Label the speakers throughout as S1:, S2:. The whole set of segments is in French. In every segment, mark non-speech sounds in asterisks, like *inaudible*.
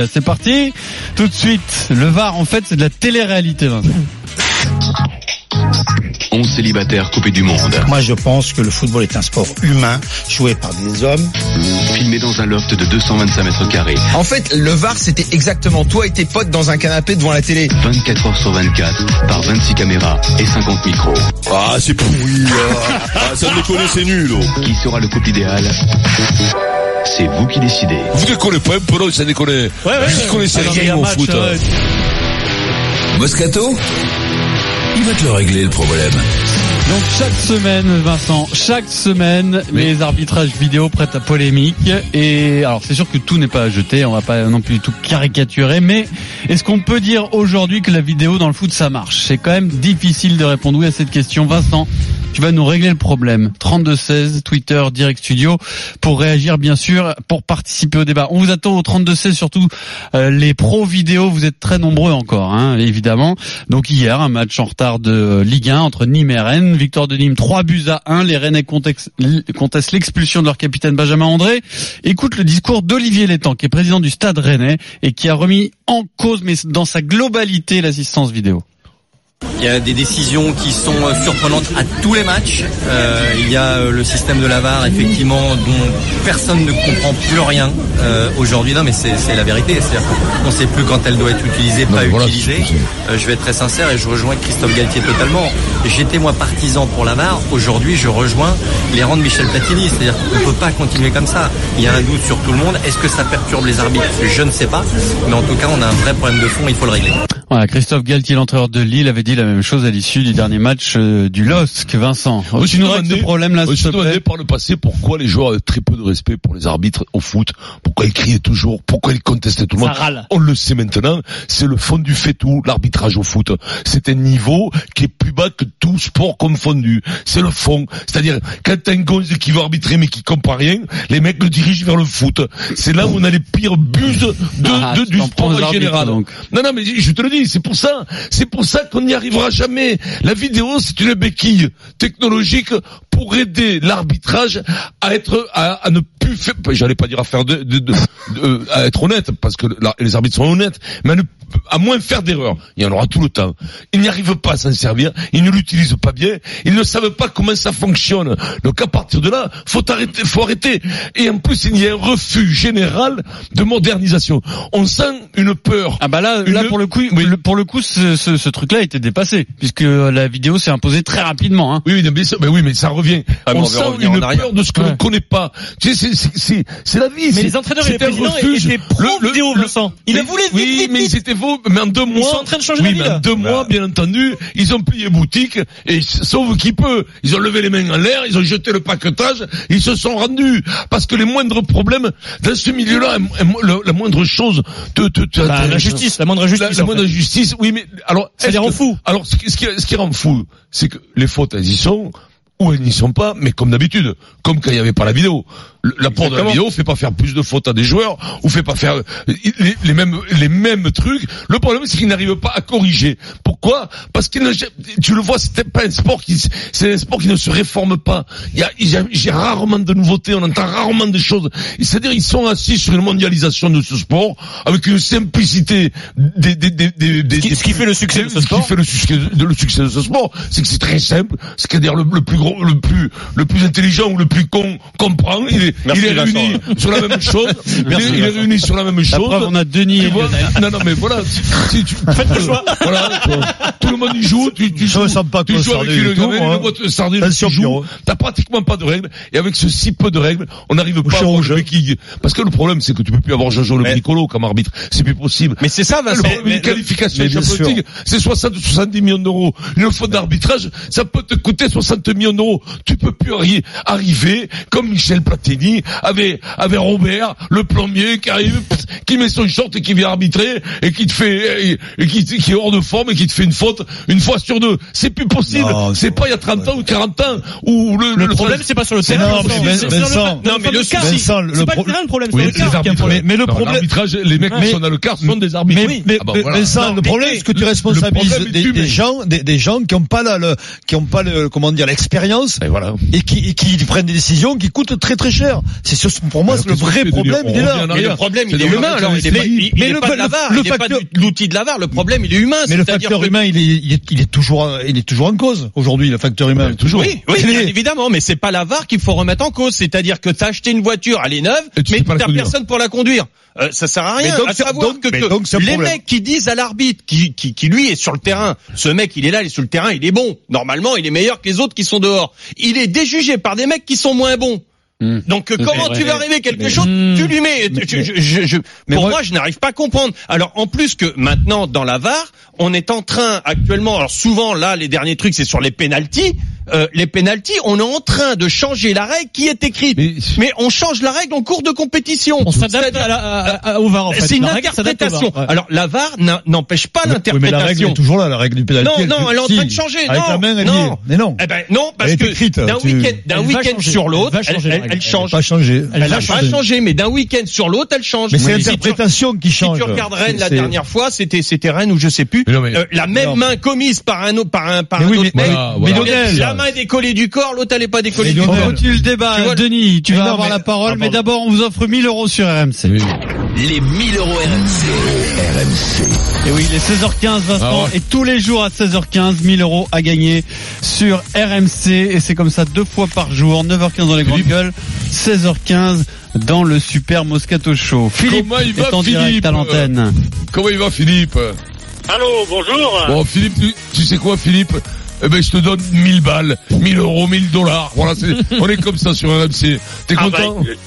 S1: Euh, C'est parti, tout de suite. Le VAR, en fait, c'est de la télé-réalité, Vincent.
S2: 11 célibataires coupés du monde,
S3: Moi, je pense que le football est un sport humain, joué par des hommes.
S2: filmés dans un loft de 225 mètres carrés,
S4: En fait, le VAR, c'était exactement toi et tes potes dans un canapé devant la télé.
S2: 24 heures sur 24, par 26 caméras et 50 micros.
S5: Ah, c'est pourri. *laughs* ah. Ah, ça déconne, c'est nul. oh.
S2: Qui sera le couple idéal C'est vous qui décidez.
S5: Vous déconnez pas un peu, non, ça déconne. Vous déconnez, c'est rien au foot. hein.
S1: euh,
S6: Moscato Il va te le régler le problème.
S1: Donc chaque semaine, Vincent, chaque semaine, les arbitrages vidéo prêtent à polémique. Et alors c'est sûr que tout n'est pas à jeter, on va pas non plus tout caricaturer, mais est-ce qu'on peut dire aujourd'hui que la vidéo dans le foot ça marche C'est quand même difficile de répondre oui à cette question. Vincent, tu vas nous régler le problème. 32-16, Twitter, Direct Studio, pour réagir bien sûr, pour participer au débat. On vous attend au 32-16, surtout euh, les pros vidéo, vous êtes très nombreux encore, hein, évidemment. Donc hier, un match en retard de euh, Ligue 1 entre Nîmes et Rennes. Victoire de Nîmes, 3 buts à 1. Les Rennais contex- li- contestent l'expulsion de leur capitaine Benjamin André. Écoute le discours d'Olivier Létang, qui est président du Stade Rennais et qui a remis en cause, mais dans sa globalité, l'assistance vidéo.
S7: Il y a des décisions qui sont euh, surprenantes à tous les matchs. Euh, il y a euh, le système de l'avare, effectivement, dont personne ne comprend plus rien euh, aujourd'hui. Non, mais c'est c'est la vérité. C'est-à-dire qu'on ne sait plus quand elle doit être utilisée, pas
S6: voilà,
S7: utilisée. Euh, je vais être très sincère et je rejoins Christophe Galtier totalement. J'étais moi partisan pour l'avare. Aujourd'hui, je rejoins les rangs de Michel Platini. C'est-à-dire qu'on ne peut pas continuer comme ça. Il y a un doute sur tout le monde. Est-ce que ça perturbe les arbitres Je ne sais pas. Mais en tout cas, on a un vrai problème de fond. Il faut le régler.
S1: Voilà, Christophe Galtier, l'entraîneur de Lille, avait dit la même chose à l'issue du dernier match euh, du LOSC. Vincent,
S5: On
S1: tu nous règles ce problème là,
S5: on
S1: s'il
S5: s'est
S1: te plaît
S5: demandé par le passé pourquoi les joueurs avaient très peu de respect pour les arbitres au foot, pourquoi ils criaient toujours, pourquoi ils contestaient tout le monde. On le sait maintenant, c'est le fond du fait tout, l'arbitrage au foot. C'est un niveau qui est plus bas que tout sport confondu. C'est le fond. C'est-à-dire, quand t'as un gonze qui veut arbitrer mais qui comprend rien, les mecs le dirigent vers le foot. C'est là où on a les pires buses de,
S1: Ah,
S5: de-
S1: tu
S5: du
S1: t'en prends
S5: sport
S1: aux
S5: en
S1: arbitres,
S5: général.
S1: donc.
S5: Non, non, mais je te le dis, c'est pour ça, c'est pour ça qu'on n'y arrivera jamais. La vidéo, c'est une béquille technologique pour aider l'arbitrage à être, à, à ne plus faire, bah, j'allais pas dire à faire de, de- de- de- à être honnête, parce que la- les arbitres sont honnêtes, mais à, ne- à moins faire d'erreurs. Il y en aura tout le temps. Ils n'y arrivent pas à s'en servir, ils ne l'utilisent pas bien, ils ne savent pas comment ça fonctionne. Donc à partir de là, faut arrêter, faut arrêter. Et en plus, il y a un refus général de modernisation. On sent une peur.
S1: Ah bah là,
S5: Une-
S1: là pour le coup,
S5: Oui.
S1: le- pour le coup, ce, ce, ce truc-là était dépassé puisque la vidéo s'est imposée très rapidement. Hein.
S5: Oui, oui, mais ça, mais oui, mais ça revient.
S7: Ah, mais
S5: on,
S7: on va
S5: sent
S7: revenir
S5: une
S7: en arrière.
S5: peur de ce que l'on
S1: Ouais.
S5: connaît pas. Tu sais, c'est- c'est- c'est c'est la vie.
S8: Mais
S5: c'est-
S8: les entraîneurs et les
S5: c'est un
S8: présidents
S5: refuge.
S8: étaient pro vidéo, Vincent. Ils
S5: mais-
S8: voulaient vite,
S5: Oui,
S8: vite,
S5: mais
S8: vite.
S5: ils étaient faux. Mais en deux mois,
S8: sont en train de changer
S5: oui,
S8: la vie,
S5: mais en
S8: là.
S5: deux
S7: Bah.
S5: mois, bien entendu, ils ont plié boutique et sauf qui peut. Ils ont levé les mains en l'air, ils ont jeté le paquetage, ils se sont rendus parce que les moindres problèmes dans ce milieu-là, un- un- le- la moindre chose, te, te, te-
S8: Bah,
S5: te-
S8: la justice, la moindre
S5: la,
S8: justice.
S5: la
S8: en
S5: moindre
S8: fait.
S5: justice, oui, mais alors.
S8: Ça
S5: est-ce
S8: les rend
S5: que-
S8: fous.
S5: Alors, ce qui, ce qui, ce qui rend fou, c'est que les fautes, elles y sont ou elles n'y sont pas, mais comme d'habitude, comme quand il n'y avait pas la vidéo. Le- L'apport de la vidéo fait pas faire plus de fautes à des joueurs, ou fait pas faire les, les mêmes les mêmes trucs. Le problème, c'est qu'ils n'arrivent pas à corriger. Pourquoi Parce qu'ils ne, tu le vois, c'était pas un sport qui, c'est un sport qui ne se réforme pas. Il y a, il y a- j'ai rarement de nouveautés, on entend rarement des choses. C'est-à-dire, ils sont assis sur une mondialisation de ce sport avec une simplicité des des des des, des-
S8: Ce qui- ce qui fait le succès de ce sport.
S5: qui fait le succès de, le succès de ce sport, c'est que c'est très simple. C'est-à-dire le, le plus gros, le plus, le plus intelligent ou le plus con comprend. Il est, il est réuni sur la même chose. il, est, il est réuni sur la même
S1: La
S5: chose.
S1: preuve, on a Denis.
S5: Tu
S1: et-
S5: vois, non, non, mais voilà. Si, si tu, Voilà, tu vois, tout le monde y joue. Tu, tu
S3: Ça
S5: joues,
S3: ressemble pas à
S5: tu
S3: quoi,
S5: joues avec
S3: Sardine
S5: une
S3: et tout,
S5: gamelle,
S3: moi,
S5: une
S3: hein.
S5: boîte de sardines,
S3: Un
S5: tu
S3: sur
S5: joues.
S3: bureau.
S5: T'as pratiquement pas de règles. Et avec ce si peu de règles, on n'arrive pas à
S3: chien
S5: avoir
S3: rouge.
S5: de béquille. Parce que le problème, c'est que tu peux plus avoir Jojo le Piccolo comme arbitre. C'est plus possible.
S8: Mais c'est ça, Vincent.
S5: Le problème,
S8: Mais-
S5: une qualification
S3: mais bien
S5: Champions
S3: sûr.
S5: League, c'est 60 ou 70 millions d'euros. Une faute d'arbitrage, ça peut te coûter 60 millions d'euros. Tu peux plus arri- arriver comme Michel Platini avec, avec Robert, le plombier, qui arrive, pss, qui met son short et qui vient arbitrer et qui te fait, et, et qui, qui est hors de forme et qui te fait une faute une fois sur deux. C'est plus possible.
S3: Non,
S5: C'est
S3: c'est
S5: pas il y a 30 ans ou 40 ans où le,
S8: Le problème, c'est pas sur le
S3: C'est non,
S8: terrain. Vincent.
S3: mais
S8: C'est
S3: Vincent,
S8: sur le- dans
S3: non,
S8: le
S3: mais le-
S8: cas, si.
S3: Vincent, le
S8: C'est pas
S3: pro-
S8: le terrain le problème,
S5: Oui,
S8: c'est le
S5: les
S8: cas.
S5: arbitres.
S3: mais- mais le
S5: Non,
S3: problème-
S5: l'arbitrage, les mecs qui
S3: Mais-
S5: sont dans le quart sont des arbitres.
S3: Mais, mais,
S5: Ah bah
S3: mais-
S5: voilà.
S3: mais ça, le problème, c'est que tu
S5: Le- le
S3: responsabilises
S5: problème est
S3: des, des
S5: humain.
S3: gens, des, des gens qui n'ont pas la, le, qui ont pas le, comment dire,
S9: d'expérience
S5: Et voilà.
S9: et qui, et qui prennent des décisions qui coûtent très très cher. C'est sur pour moi
S5: Alors,
S9: le
S5: qu'est-ce que
S9: vrai
S5: tu fais de
S9: problème.
S5: dire
S9: Il est
S5: On revient
S9: là.
S5: en
S8: Mais le
S5: arrière.
S8: problème,
S5: C'est
S8: il est
S5: des
S8: humain,
S5: humains,
S8: alors, il est pas, il- il
S9: mais
S8: est
S9: le
S8: pas
S9: fa-
S8: de la
S9: le-
S8: VAR,
S9: le
S8: il est pas
S9: facteur-
S8: du- l'outil de la VAR, le problème, il est humain.
S9: Mais le
S8: c'est-à-dire
S9: facteur
S8: que-
S9: humain, il est, il est, il est toujours, il est toujours en cause aujourd'hui. Le facteur humain, toujours.
S8: Oui, oui, bien évidemment, mais c'est pas la VAR qu'il faut remettre en cause. C'est-à-dire que t'as acheté une voiture, elle est neuve,
S5: Et tu
S8: mais
S5: sais pas la
S8: t'as
S5: conduire.
S8: personne pour la conduire. Euh, ça sert à rien.
S9: Mais donc,
S8: à
S9: c'est-
S8: savoir
S9: donc-
S8: que,
S9: mais
S8: que
S9: donc, c'est un
S8: les
S9: problème.
S8: mecs qui disent à l'arbitre, qui, qui, qui lui est sur le terrain, ce mec il est là, il est sur le terrain, il est bon. Normalement, il est meilleur que les autres qui sont dehors. Il est déjugé par des mecs qui sont moins bons.
S1: Mmh.
S8: Donc euh, comment
S1: Mais-
S8: tu vas
S1: mais-
S8: arriver à quelque
S1: mais-
S8: chose
S10: hmm.
S1: Mmh.
S8: Tu lui mets.
S1: Mais-
S8: tu- je- je- je-
S1: mais
S8: pour
S1: moi-
S8: moi, je n'arrive pas à comprendre. Alors en plus que maintenant dans la VAR, on est en train actuellement. Alors souvent là, les derniers trucs, c'est sur les pénalties. Euh, les pénalties, on est en train de changer la règle qui est écrite. Mais,
S5: Mais-
S8: on change la règle en cours de compétition.
S10: On s'adapte
S8: C'est-à-dire-
S10: à la- à- à- au VAR en fait.
S8: C'est une
S10: La règle s'adapte au VAR,
S8: interprétation.
S10: ouais.
S8: Alors la VAR n'a- n'empêche pas
S9: Oui, mais la règle
S8: l'interprétation.
S9: est toujours là, la règle du pénalty.
S8: Non, non, elle est en
S9: si,
S8: train de changer,
S9: Avec
S8: non,
S9: la main, elle y
S8: non.
S9: est. Mais non.
S8: eh ben non, parce
S9: est
S8: que
S9: écrite,
S8: d'un
S9: tu-
S8: week-end, d'un
S10: hein. Elle va
S8: week-end
S10: changer.
S8: sur l'autre,
S10: Elle va
S8: elle,
S10: changer la
S8: elle-
S10: règle.
S8: elle change.
S9: Pas changé.
S8: Elle,
S10: Elle
S8: hein, va
S10: a
S8: pas
S10: changé.
S8: changé, mais d'un week-end sur l'autre, elle change.
S9: Mais c'est
S8: Si tu-
S9: l'interprétation qui
S8: Si
S9: change.
S8: tu regardes Rennes la
S9: C'est-
S8: dernière fois, c'était c'était Rennes ou je sais plus.
S5: Mais non, mais-
S8: euh, la même
S9: Non.
S8: main commise par un autre par un par
S9: Mais
S8: un
S9: oui,
S8: autre.
S9: mais,
S8: mec. Eh
S5: Voilà, voilà.
S9: mais Lionel,
S8: la main est décollée du corps, l'autre elle est pas décollée
S9: Mais
S8: du
S9: Lionel,
S1: On
S8: corps.
S1: continue le débat,
S8: Tu vois-
S1: Denis, tu
S9: Mais
S1: vas
S9: non,
S1: avoir
S9: mais-
S1: la parole,
S9: Ah,
S1: mais
S9: pardon.
S1: d'abord on vous offre 1000 euros sur RMC.
S6: Les 1000 euros RMC. RMC.
S1: Et oui, il est 16h15 Vincent,
S5: Ah ouais.
S1: et tous les jours à 16h15, 1000 euros à gagner sur RMC, et c'est comme ça deux fois par jour, 9h15 dans les grandes gueules, 16h15 dans le super Moscato Show. Philippe
S5: Comment il va,
S1: est en direct
S5: Philippe
S1: à l'antenne.
S5: Comment il va, Philippe
S11: Allô, bonjour.
S5: Bon, Philippe, tu, tu sais quoi, Philippe Eh ben, je te donne 1000 balles, 1000 euros, 1000 dollars. Voilà, c'est, on est comme ça sur RMC. T'es
S11: ah, bah,
S5: content
S11: écoute-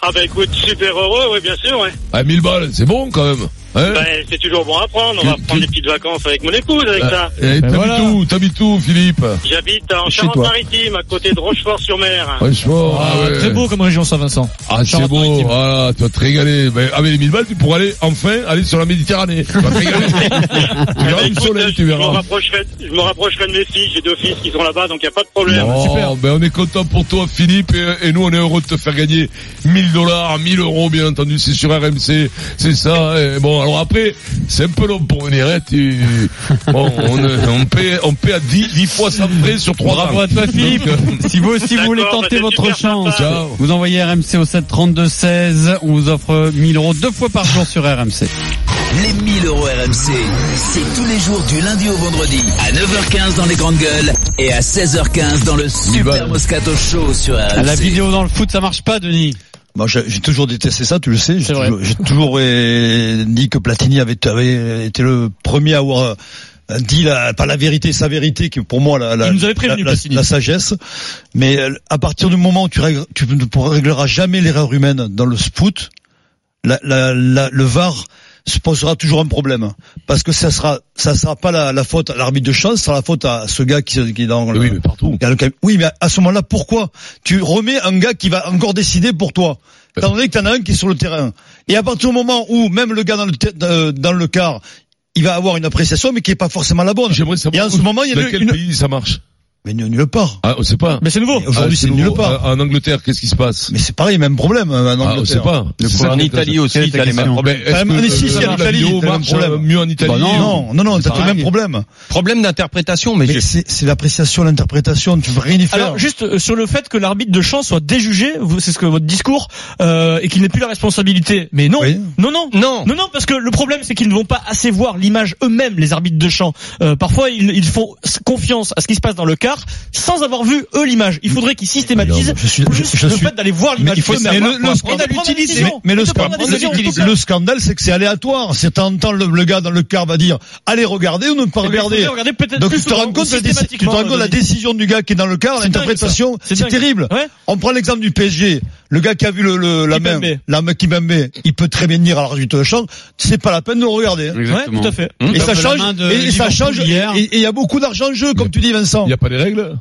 S11: ah bah écoute, super heureux, oui bien sûr. Ouais.
S5: Ah, 1000 balles, c'est bon quand même. Hein
S11: Bah, c'est toujours bon à prendre, on va
S5: Tu-
S11: prendre
S5: tu-
S11: des petites vacances avec mon épouse avec ça.
S5: Eh, t'habites
S9: voilà.
S5: où T'habites où, Philippe
S11: J'habite en
S9: Chez toi.
S11: Charente-Maritime, à côté de Rochefort-sur-Mer.
S5: Franchement,
S10: Ah,
S5: ah ouais.
S10: Très beau comme région, ça, Vincent.
S5: Ah, c'est beau,
S10: Charente-Maritime.
S5: voilà, tu vas te régaler. Ben, avec les 1000 balles, tu pourras aller, enfin, aller sur la Méditerranée. Tu vas te régaler. tu
S11: Eh ben,
S5: verras le
S11: écoute,
S5: soleil,
S11: je
S5: tu
S11: me
S5: verras.
S11: rapprocherai- je me rapprocherai de mes filles, j'ai deux fils qui sont là-bas, donc il n'y a pas de problème.
S5: Bon, ben on est content pour toi Philippe et, et nous on est heureux de te faire gagner 1000 dollars, 1000 euros bien entendu, c'est sur RMC, c'est ça. Et bon alors après c'est un peu long pour une errette.
S9: *laughs*
S5: et- Bon, on, euh, on paie on paie à 10, 10 fois ça frais sur 3
S1: Bravo à toi Philippe.
S5: euh,
S1: si vous aussi vous voulez
S11: D'accord,
S1: tenter
S11: bah, c'est
S1: votre
S11: super
S1: chance,
S11: sympa.
S5: Ciao.
S1: vous envoyez RMC au 7 32 16. On vous offre 1000 euros deux fois par jour sur RMC.
S6: Les 1000 euros RMC, c'est tous les jours du lundi au vendredi à 9h15 dans les grandes gueules et à 16h15 dans le Super
S5: balles.
S6: Moscato Show sur RMC.
S1: La vidéo dans le foot, ça marche pas, Denis.
S9: Moi, j'ai j'ai toujours détesté ça, tu le sais. J'ai
S10: C'est vrai.
S9: toujours, j'ai toujours, euh, dit que Platini avait, avait été le premier à avoir euh, dit la, pas la vérité, sa vérité, qui est pour moi la, la,
S10: Il nous avait prévenu,
S9: la- la-
S10: Platini.
S9: la sagesse. Mais euh, à partir du moment où tu, règles- tu ne pourras- régleras jamais l'erreur humaine dans le spout, la, la- la- le VAR se posera toujours un problème parce que ça sera ça sera pas la, la faute à l'arbitre de chance, ça sera la faute à ce gars qui, qui est dans le,
S5: Oui, mais partout.
S9: il y a le cam- Oui, mais à ce moment-là, pourquoi tu remets un gars qui va encore décider pour toi Étant donné que t'en as un qui est sur le terrain. Et à partir du moment où même le gars dans le, te- euh, dans le quart, il va avoir une appréciation, mais qui est pas forcément la bonne.
S5: J'aimerais
S9: Et
S5: savoir
S9: en ce moment, il y a
S5: dans
S9: une-
S5: quel
S9: une-
S5: pays ça marche.
S9: Mais nul- nulle part.
S5: Ah, on sait pas.
S10: Mais c'est nouveau.
S9: Et Aujourd'hui,
S5: Ah,
S9: c'est nulle
S5: nouveau.
S9: part.
S5: Ah, En Angleterre, qu'est-ce qui se passe
S9: Mais c'est pareil, même problème euh,
S5: Ah,
S9: en
S5: on sait
S9: Angleterre.
S5: pas. C'est ça
S7: En
S5: qui est
S7: Italie
S5: intéressant.
S7: aussi, t'as les mêmes
S1: question
S5: Ben, est-ce
S9: Ah, mais
S5: que,
S9: si, si,
S5: euh,
S9: en
S5: la
S9: Italie,
S5: vidéo
S9: t'as le même
S5: marche
S9: problème.
S5: mieux en Italie
S1: Bah non.
S9: Non, non, non, t'as tout le même problème.
S7: Problème d'interprétation, mais,
S9: Mais
S7: je-
S9: c'est c'est l'appréciation, l'interprétation, tu veux rien y faire.
S10: Alors juste euh, sur le fait que l'arbitre de champ soit déjugé, vous- c'est ce que votre discours euh, et qu'il n'ait plus la responsabilité. Mais non,
S9: Oui.
S10: non, non,
S7: non.
S10: non, non, parce que le problème c'est qu'ils ne vont pas assez voir l'image eux-mêmes, les arbitres de champ. Euh, parfois ils, ils font s- confiance à ce qui se passe dans le quart sans avoir vu eux l'image. Il faudrait qu'ils systématisent
S9: je suis-
S10: plus
S9: je- je
S10: le
S9: suis-
S10: fait d'aller voir l'image.
S9: il faut
S10: eux-mêmes.
S9: savoir
S10: Mais
S9: pour
S10: prendre
S9: apprendre à
S10: la l'utiliser.
S9: Mais, mais le,
S10: De prendre
S9: scandale,
S10: la décision,
S9: le-
S10: tout ça.
S9: le scandale, c'est que c'est aléatoire. C'est t'entends le, le gars dans le car va dire allez regarder ou ne pas
S10: Eh bien,
S9: regarder.
S10: faudrait regarder peut-être
S9: Donc
S10: plus
S9: tu te rends
S10: souvent,
S9: compte, la, déci- tu te
S10: systématiquement,
S9: rends compte la
S10: euh,
S9: décision du gars qui est dans le car,
S10: C'est dingue,
S9: l'interprétation,
S10: ça. C'est
S9: c'est
S10: dingue.
S9: terrible.
S10: Ouais.
S9: On prend l'exemple du PSG. Le gars qui a vu le, le- la main,
S10: Kimpembe.
S9: la main qui met, il peut très bien dire à l'arbitre de champ, c'est pas la peine de le regarder.
S10: Ouais, tout à fait.
S9: Et ça change, et, et ça change, et
S1: hier.
S9: et- et il y a beaucoup d'argent en jeu, comme tu dis Vincent.
S5: Il n'y a pas des
S9: Bah
S5: règles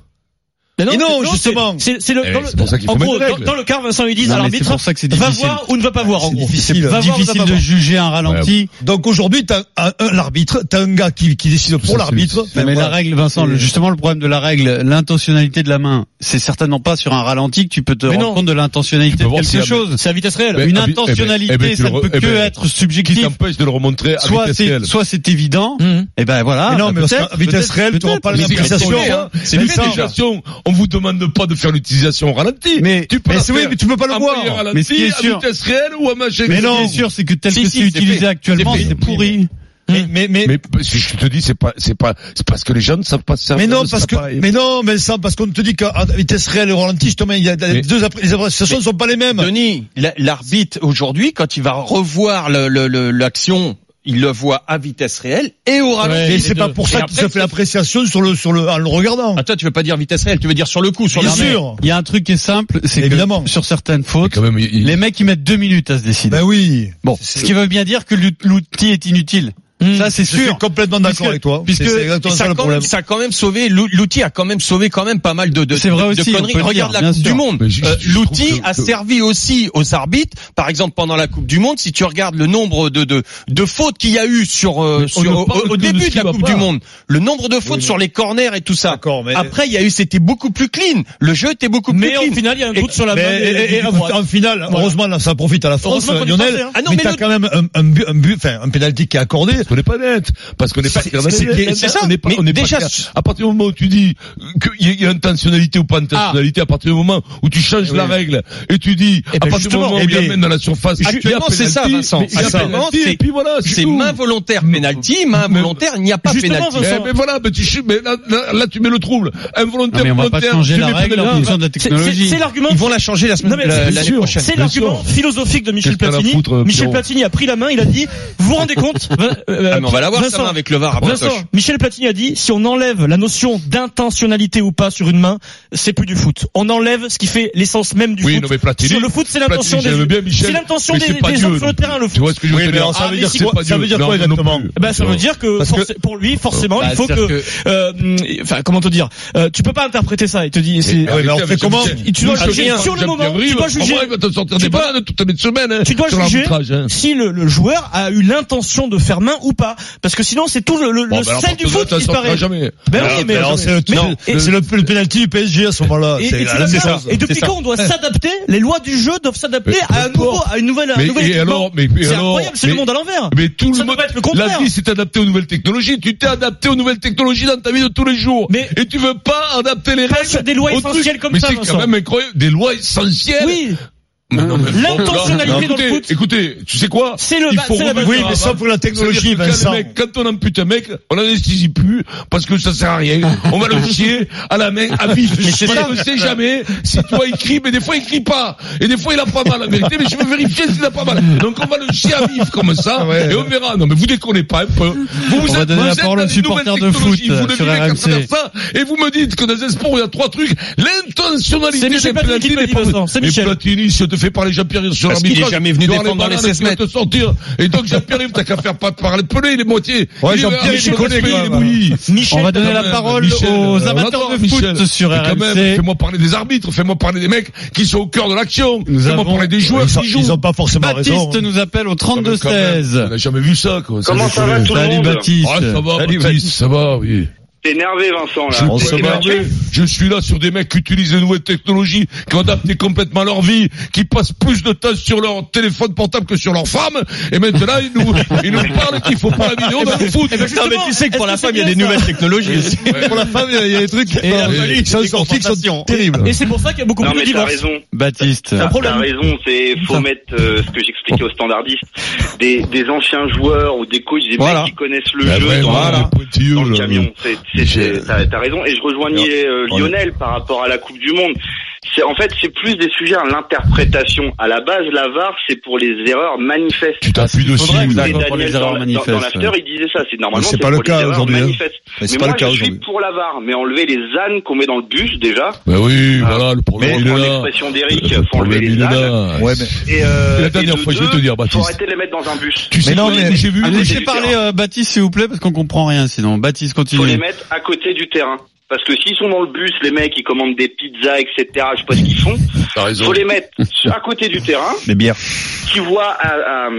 S10: Mais
S9: Et non,
S10: c'est-
S9: justement.
S10: C'est c'est le.
S5: Eh,
S10: dans le-
S5: c'est pour ça qu'il faut
S10: en
S5: mettre
S10: gros,
S5: des
S10: dans,
S5: règles.
S10: dans le quart, Vincent, ils disent à
S1: Non, mais c'est
S10: l'arbitre hein.
S1: pour ça que c'est
S10: va
S1: difficile.
S10: voir ou ne va pas voir. En
S9: C'est
S10: gros,
S9: difficile.
S10: Va voir ou ne va
S1: Difficile
S10: pas
S1: de
S10: voir.
S1: juger un ralenti.
S9: Donc aujourd'hui, t'as un, un- l'arbitre, t'as un gars qui, qui décide
S5: ça,
S9: pour l'arbitre. ben
S1: Non, mais
S9: Voilà.
S1: la règle, Vincent, le- justement le problème de la règle, l'intentionnalité de la main, c'est certainement pas sur un ralenti que tu peux te
S10: Mais
S1: rendre
S10: non.
S1: compte de
S5: Tu
S1: l'intentionnalité
S5: peux
S1: de
S5: voir si
S1: quelque
S5: la-
S1: chose.
S10: C'est à vitesse réelle.
S5: Ben,
S1: Une
S5: eh ben,
S1: intentionnalité,
S5: eh ben, tu
S1: ça
S5: le
S1: ne
S5: re-
S1: peut
S5: eh
S1: que
S5: ben,
S1: être
S5: Qui
S1: subjectif.
S5: t'empêche de le remontrer à
S1: Soit
S5: vitesse réelle
S1: c'est, soit c'est évident,
S10: Mhm.
S1: et ben voilà.
S9: Mais non, mais parce
S1: peut-être,
S9: qu'à vitesse
S1: peut-être,
S9: réelle, tu n'auras
S1: peut-être.
S9: pas la
S5: Mais
S9: même
S5: c'est
S9: appréciation.
S5: compliqué, hein.
S9: C'est
S5: Mais
S9: Vincent.
S5: déjà, si on- on vous demande pas de faire l'utilisation au ralenti.
S1: Mais,
S5: tu peux
S1: mais
S5: la
S1: c'est- oui,
S5: faire
S1: mais tu peux pas le
S5: à
S1: voir.
S5: moyen Ralenti,
S1: Mais ce qui est
S5: à
S1: sûr-
S5: vitesse réelle ou à machin.
S1: Mais non, ce qui est sûr, c'est que tel que c'est utilisé
S5: fait.
S1: actuellement,
S5: fait.
S1: c'est pourri.
S5: Mais, mais, mais, si je te dis, c'est pas, c'est pas, c'est parce que les gens ne savent pas se servir
S9: Mais non,
S5: de cet
S9: parce que,
S5: appareil.
S9: mais non, mais ça, parce qu'on te dit qu'à à vitesse réelle et au ralenti, justement, il y a les
S8: Mais-
S9: deux appré- les appréciations ne sont pas les mêmes.
S8: Denis, la- l'arbitre aujourd'hui, quand il va revoir le- le- le- l'action, il le voit à vitesse réelle et au ralenti.
S9: mais c'est pas pour ça qu'il se fait l'appréciation sur le, sur le, en le regardant.
S8: Attends, Ah, tu veux pas dire vitesse réelle, tu veux dire sur le coup, sur
S1: Bien
S8: l'armée.
S1: sûr. Il y a un truc qui est simple, c'est que sur certaines fautes, les mecs ils mettent deux minutes à se décider.
S9: Ben oui.
S1: Bon, ce qui veut bien dire que l'out- l'outil est inutile. Ça c'est
S9: Je suis
S1: sûr.
S9: complètement d'accord
S1: Puisque-
S9: avec toi.
S1: Puisque
S9: C'est- c'est exactement
S8: ça,
S9: ça,
S8: a
S9: le
S8: quand même,
S9: problème.
S8: ça a quand même sauvé l'ou- l'outil a quand même sauvé quand même pas mal de de,
S1: C'est vrai
S8: de- de
S1: aussi, on
S8: conneries.
S1: peut le
S8: Regarde
S1: dire, bien
S8: la Coupe
S1: sûr.
S8: du Monde.
S1: Mais je-
S8: Euh,
S1: je trouve
S8: l'outil
S1: que-
S8: a
S1: que-
S8: servi aussi aux arbitres. Par exemple, pendant la Coupe du Monde, si tu regardes le nombre de de, de fautes qu'il y a eu sur, euh,
S5: Mais on
S8: sur-
S5: ne
S8: au,
S5: parle
S8: au
S5: que de
S8: début
S5: ce
S8: de
S5: qui
S8: la
S5: va
S8: Coupe
S5: pas.
S8: du Monde, le nombre de fautes
S5: mais-
S8: sur les corners et tout ça.
S9: mais-
S8: Après, il y a eu c'était beaucoup plus clean. Le jeu était beaucoup plus
S10: Mais
S8: clean.
S10: en finale, il y a un
S8: Et-
S10: doute sur la
S9: Mais-
S10: main.
S9: et- et- et en, en finale, heureusement, là, ça profite à la France,
S10: Heureusement qu'on est
S9: Lionel.
S10: passé, hein.
S8: Ah non,
S9: mais,
S8: mais
S9: t'as
S8: le-
S9: quand même un, un but, un but, enfin, un penalty qui est accordé.
S5: On n'est pas net, parce qu'on n'est pas
S9: C'est-
S5: clair dans les
S9: c'est-
S5: lettres.
S8: c'est
S9: c'est-
S8: ça.
S5: On n'est pas,
S8: Mais
S5: on n'est pas
S8: déjà,
S5: clair.
S8: ce-
S5: à partir du moment où tu dis qu'il y a- il y a une intentionnalité ou pas une intentionnalité, à partir du moment où tu changes la règle et tu dis,
S8: Eh
S5: à
S8: ben,
S5: partir du
S8: justement.
S5: moment où
S8: Eh
S5: il
S8: ben,
S5: amène dans la surface, il y a
S8: Actuellement, c'est ça,
S5: pénalty, Eh
S8: Vincent.
S5: ben, mais il y a
S8: Actuellement,
S5: pénalty,
S8: c'est-
S5: et puis voilà,
S8: C'est
S5: tout.
S8: main volontaire penalty, main volontaire, il n'y a pas ben,
S10: Justement,
S8: penalty.
S10: Vincent.
S5: Eh, mais voilà, mais tu, mais là, là, là, tu mets le trouble. Involontaire,
S1: Non, mais on va pas
S5: volontaire,
S1: changer
S5: tu
S1: la
S5: mets
S1: règle hein. en
S5: pénalty.
S1: fonction de la
S10: C'est- C'est
S1: technologie.
S10: c'est l'argument.
S8: Ils vont la changer la
S10: Non,
S8: semaine
S10: mais
S8: la-
S10: c'est
S8: l'année
S10: sûr.
S8: prochaine.
S10: C'est
S5: Bien
S10: l'argument
S5: sûr.
S10: philosophique de Michel
S5: Qu'est-ce qu'elle a à
S10: Platini.
S5: foutre, euh,
S10: Michel
S5: Pierrot
S10: Platini a pris la main, il a dit Vous vous rendez compte Vin- euh,
S8: Ah, mais on va l'avoir
S10: Vincent,
S8: ça avec le VAR. après,
S10: Vincent,
S8: Toche.
S10: Michel Platini a dit si on enlève la notion d'intentionnalité ou pas sur une main, c'est plus du foot. On enlève ce qui fait l'essence même du
S5: Oui,
S10: foot.
S5: non, mais Platini-
S10: sur le foot, c'est l'intention
S5: Platini,
S10: des
S5: j'aime bien Michel,
S10: c'est l'intention
S5: mais
S10: des,
S5: c'est pas
S10: des
S5: Dieu,
S10: hommes sur le
S5: non plus.
S10: terrain le
S5: Tu
S10: foot.
S5: vois ce que je veux
S9: Oui,
S5: te
S9: mais
S5: dire
S9: alors, ça
S5: Ah,
S9: veut
S5: mais
S9: dire
S5: c'est
S9: quoi-
S5: pas
S9: ça
S5: Dieu.
S9: veut dire
S5: Non,
S9: quoi
S5: moi non
S9: exactement
S1: Eh
S5: plus.
S1: ben,
S10: Bah, ça veut dire que,
S9: Parce
S10: forcé- pour lui, forcément,
S8: Bah,
S10: il faut
S8: c'est-à-dire
S10: que, euh, hum, enfin, comment te dire, euh, tu peux pas interpréter ça. Il te dit, c'est,
S5: Ah
S9: Ouais, mais on
S5: tiens,
S9: fait
S5: mais
S9: comment
S5: Jean-Michel-
S10: tu dois
S5: Jean-Michel
S10: juger sur le
S5: Jean-Pierre
S10: moment.
S5: Rive,
S10: Tu dois juger.
S5: en vrai, il va te sortir
S10: Tu
S5: des
S10: dois-
S5: bananes toutes les semaines, hein,
S10: tu dois
S5: sur
S10: juger
S5: l'arbitrage, hein.
S10: si le, le joueur a eu l'intention de faire main ou pas, parce que sinon c'est tout le, le,
S5: Bon,
S10: le
S5: ben, alors,
S10: sel du
S5: partout
S10: foot
S5: de là,
S10: qui
S5: ça sortira
S10: disparaît.
S5: jamais.
S10: Ben
S5: Alors,
S10: oui, mais
S5: alors,
S9: Alors, c'est le,
S10: Non.
S9: c'est le, le penalty du PSG à ce moment-là.
S10: Et, et
S9: C'est
S10: tu
S9: la-
S10: vois
S9: c'est
S10: ça.
S9: ça.
S10: Et depuis quand on doit s'adapter Les lois du jeu doivent s'adapter
S5: Mais
S10: à un nouveau, à une nouvelle, à un
S5: Mais-
S10: nouvel
S5: et
S10: équipement.
S5: alors, mais- mais
S10: C'est
S5: alors,
S10: incroyable, c'est le
S5: mais-
S10: monde à l'envers.
S5: Mais tout le
S10: Ça ne
S5: monde,
S10: peut pas être le
S5: la
S10: contraire.
S5: vie s'est adaptée aux nouvelles technologies. Tu t'es adapté aux nouvelles technologies dans ta vie de tous les jours.
S10: Mais-
S5: et tu veux pas adapter les
S10: Pas
S5: règles
S10: sur des lois
S5: aux trucs.
S10: essentielles comme
S5: Mais
S10: ça,
S5: c'est
S10: Vincent.
S5: quand même incroyable. Des lois essentielles.
S10: Oui,
S5: Mais non, mais-
S10: L'intentionnalité
S5: écoutez,
S10: dans le foot.
S5: Écoutez, tu sais quoi
S10: C'est le
S5: Il
S10: ba-
S5: faut
S10: c'est la
S5: remettre
S10: base.
S5: un
S9: Oui, mais ça
S5: rabat.
S9: pour la technologie,
S5: C'est-à-dire que quand
S9: Vincent.
S5: le mec- Quand on ampute un mec, on n'anesthésie plus parce que ça sert à rien. On va le chier à la main, à vif. On ne sait jamais si toi il crie, mais des fois il crie pas. Et des fois il a pas mal, la vérité, mais je veux vérifier s'il a pas mal. Donc on va le chier à vif comme ça et on verra. Non mais vous déconnez pas un peu. Vous, vous
S1: On va donner
S5: vous
S1: la parole
S5: dans
S1: aux
S5: une nouvelle
S1: supporters de
S5: technologie,
S1: foot,
S5: vous ne
S1: sur
S5: vivez qu'à
S1: RMC.
S5: travers ça, et vous me dites que dans un sport où il y a trois trucs, l'intentionnalité
S10: C'est Michel
S5: des
S10: Platini
S5: pénalités
S10: qui te
S5: n'est
S10: dit,
S5: pas-
S10: Vincent, c'est
S5: Mais
S10: Michel.
S5: Platini, si on te fait parler Jean-Pierre sur
S8: Parce qu'il
S5: l'arbitrage,
S8: est jamais venu
S5: tu vas
S8: défendre dans les
S5: bananes,
S8: 16
S5: tu vas te sortir. Et donc Jean-Pierre, t'as qu'à faire pas parler Pelé, il est moitié. Il
S9: Ouais,
S5: est
S9: Jean-Pierre,
S5: arrivé,
S9: il
S5: le
S9: connaît,
S5: respect,
S9: quand
S5: il est
S9: même.
S5: bouilli.
S1: On va
S8: euh,
S1: donner la
S5: Quand même,
S1: parole
S5: Michel,
S1: aux
S5: euh,
S1: amateurs
S5: l'adore,
S1: de
S5: Michel.
S1: foot sur
S5: Mais quand même,
S1: RMC.
S5: Fais-moi parler des arbitres, fais-moi parler des mecs qui sont au cœur de l'action.
S1: Nous
S5: Fais-moi
S1: avons-
S5: parler des joueurs
S9: Ils sont-
S5: qui
S9: Ils
S5: jouent.
S9: ont pas forcément raison.
S1: Baptiste nous appelle au
S5: Non, mais quand même, On
S1: 3216.
S5: n'a jamais vu ça, quoi.
S11: Comment ça va tout le
S1: Salut
S11: monde
S1: Baptiste. Eh,
S5: ah, ça va,
S8: Salut,
S5: Baptiste, ça va, oui.
S11: T'es énervé Vincent là.
S9: On
S11: T'es
S9: se
S11: énervé.
S5: Énervé. Je suis là sur des mecs qui utilisent les nouvelles technologies, qui ont adapté complètement leur vie, qui passent plus de temps sur leur téléphone portable que sur leur femme, et maintenant ils nous, ils nous parlent qu'il faut pas la vidéo dans le foot.
S10: justement,
S8: mais tu sais que pour
S10: est-ce
S8: la
S10: c'est
S8: femme, il y a
S10: bien
S8: des
S10: ça
S8: nouvelles technologies aussi.
S9: Pour la femme, il y a- il y a des trucs qui
S8: Et la
S9: sont-
S8: police,
S9: qui sont
S8: les
S9: sortis, qui sont
S8: confrontations.
S9: terribles.
S10: et c'est pour ça qu'il y a beaucoup
S11: Non
S10: plus de
S11: mais t'as
S10: divorces.
S11: raison.
S1: Baptiste.
S11: T'as
S10: problème.
S11: t'as raison, c'est faut
S10: Ça.
S11: mettre euh, ce que j'expliquais aux standardistes, des, des anciens joueurs ou des coachs, des
S8: Voilà.
S11: mecs qui connaissent le
S5: Bah
S11: jeu
S5: ouais,
S11: dans,
S5: voilà.
S11: dans le camion. C'est- c'est-
S5: J'ai-
S11: c'est- T'as t'as raison. Et je rejoignais euh, Lionel par rapport à la Coupe du Monde. C'est en fait c'est plus des sujets à l'interprétation. À la base, la VAR c'est pour les erreurs manifestes.
S5: Tu t'appuies dessus.
S1: faudrait que
S11: Et
S1: ça-
S11: Daniel
S1: D'accord, pour les erreurs
S11: dans,
S1: manifestes,
S11: dans- dans l'after,
S1: ouais.
S11: il disait ça. C'est normalement
S9: Mais c'est
S11: c'est
S9: pas le
S11: pour les
S9: cas
S11: erreurs
S9: aujourd'hui, hein.
S11: manifestes.
S9: Mais c'est
S11: Mais
S9: pas
S11: moi,
S9: le cas
S11: je suis
S9: aujourd'hui.
S11: pour la VAR, mais enlever les ânes qu'on met dans le bus déjà.
S5: Ben oui, voilà, le
S11: Mais
S5: problème il
S11: pour
S5: est là.
S11: l'expression d'Eric,
S5: Le
S11: faut enlever
S5: problème il
S11: les
S5: est
S11: ânes.
S5: là.
S9: Ouais, mais
S11: Et, euh,
S5: Et la dernière
S11: et de
S5: fois, je vais
S11: deux,
S5: te dire, Baptiste.
S11: Faut arrêter de les mettre dans un bus.
S5: Tu sais
S9: Mais non,
S5: quoi,
S9: mais-
S5: j'ai vu,
S11: Ah, mais
S1: Laissez
S11: c'est
S1: parler
S11: différent.
S1: euh, Baptiste s'il vous plaît parce qu'on comprend rien sinon. Baptiste
S11: Faut les
S1: continue.
S11: mettre à côté du terrain. Parce que s'ils sont dans le bus, les mecs, ils commandent des pizzas, etc., je sais pas ce qu'ils font.
S5: t'as raison.
S11: Faut les mettre à côté du terrain, euh,
S9: les bières.
S11: *laughs* qui voient à- à-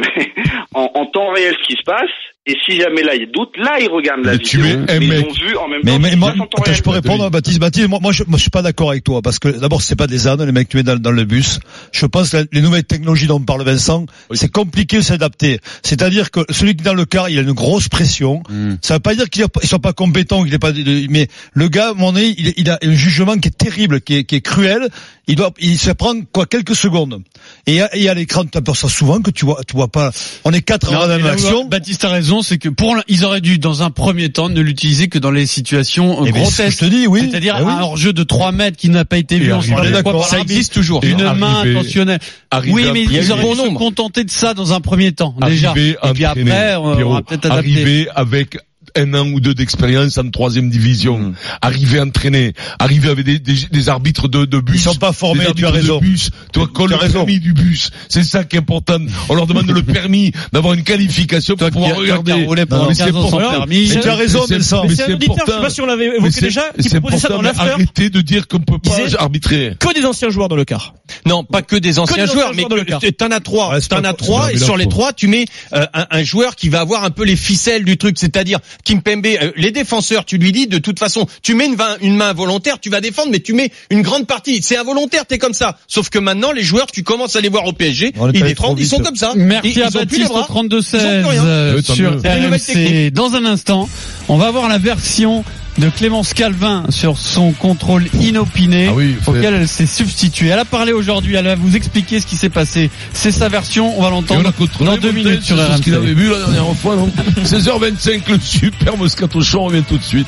S11: en, en temps réel ce qui se passe, Et si jamais là, il doute, là, il regarde la
S5: Mais tu
S11: vidéo.
S5: es un
S11: mais ils
S5: mec.
S11: l'ont vu en même
S9: Mais,
S11: temps.
S9: mais
S11: qu'ils
S9: moi,
S11: la sentent en
S9: attends,
S11: réel.
S9: je peux répondre à Baptiste. Baptiste, moi, moi, je, moi, je suis pas d'accord avec toi parce que d'abord, c'est pas des ânes les mecs que tu mets dans, dans le bus. Je pense que la- les nouvelles technologies dont parle Vincent, c'est compliqué de s'adapter. C'est-à-dire que celui qui est dans le car, il a une grosse pression. Ça veut pas dire qu'il a- ils sont pas compétents, qu'il est pas, mais le gars, à un moment donné, il, il a un jugement qui est terrible, qui est, qui est cruel. Il doit, il se prend quoi quelques secondes. Et à, et à l'écran, tu ça souvent que tu vois, tu vois pas. On est quatre
S1: Non,
S9: en
S1: mais là où
S9: action.
S1: Baptiste a raison, c'est que pour l'in- ils auraient dû dans un premier temps ne l'utiliser que dans les situations euh,
S9: Eh ben, c'est
S1: grotesques.
S9: ce que je te dis, oui.
S1: C'est-à-dire
S9: Eh oui.
S1: un hors-jeu de 3 mètres qui n'a pas été vu, on se
S9: arrivé-
S1: parle de quoi
S9: D'accord.
S1: par
S9: Ça
S1: l'arbitre.
S9: existe toujours.
S1: Une main
S5: Arrivé-
S1: intentionnelle.
S5: arrivé
S1: Oui,
S5: à-
S1: mais
S5: il y a eu
S1: ils auraient
S5: bon
S1: dû se
S5: nombre.
S1: contenter de ça dans un premier temps, déjà.
S5: Arriver
S1: Et puis
S5: entraîné,
S1: après, on
S5: Pierrot.
S1: aura peut-être adapté.
S5: Arriver avec un an ou deux d'expérience en troisième division, arriver entraîné, arriver avec des, des- des arbitres de, de bus,
S9: Ils sont pas formés,
S5: des
S9: tu as
S5: arbitres
S9: raison.
S5: de bus, tu vois, qu'on
S9: Tu as
S5: le
S9: raison.
S5: permis du bus, c'est ça qui est important. On leur demande le permis d'avoir une qualification pour pouvoir
S1: qui- toi qui as
S5: regarder.
S1: roulé pendant
S5: Mais c'est
S1: 15 ans sans
S5: important.
S1: permis.
S9: Mais tu as raison,
S5: Mais
S9: Vincent.
S5: c'est-
S10: Mais c'est un auditeur, je sais
S5: important.
S10: pas si on l'avait
S5: Mais
S10: évoqué
S5: c'est-
S10: déjà, qui
S5: c'est
S10: proposait ça dans
S5: important, mais
S10: l'after.
S5: Arrêtez de dire qu'on peut pas
S10: disait-
S5: arbitrer.
S10: Que des anciens joueurs dans le car.
S8: Non, pas que des anciens
S10: des anciens
S8: joueurs, mais
S10: joueurs dans le
S8: que-
S10: quart.
S8: t- t'en as trois,
S9: Ouais, c'est
S8: t'en
S9: pas-
S8: as
S9: c'est
S8: trois,
S9: pas
S8: et sur les
S9: énorme,
S8: trois, tu mets euh, un, un joueur qui va avoir un peu les ficelles du truc, c'est-à-dire Kimpembe, euh, les défenseurs, tu lui dis de toute façon, tu mets une, vin- une main volontaire, tu vas défendre, mais tu mets une grande partie, c'est involontaire, t'es comme ça. Sauf que maintenant, les joueurs, tu commences à les voir au PSG,
S9: On est
S8: ils
S9: allé
S8: défendent,
S9: trop
S8: ils
S9: vite.
S8: sont comme ça.
S1: Merci
S8: Ils-
S1: à
S8: ils ont plus
S1: Baptiste
S8: les
S1: au
S8: bras.
S1: 32
S8: Ils ont
S1: 16
S8: plus hein. rien.
S1: euh,
S5: Oui, tant
S1: sur
S5: mieux.
S8: C'est une nouvelle
S1: RMC.
S8: technique.
S1: Dans un instant, on va voir la version de Clémence Calvin sur son contrôle inopiné
S5: Ah oui,
S1: auquel elle s'est substituée. Elle a parlé aujourd'hui, elle va vous expliquer ce qui s'est passé. C'est sa version, on va
S5: Et on
S1: l'entendre
S5: a contrôlé
S1: dans deux
S5: Montel,
S1: minutes sur
S5: c'est ce qu'il
S1: RMC.
S5: *laughs* avait vu la dernière fois. donc. 16h25, le super Moscato Show, on revient tout de suite.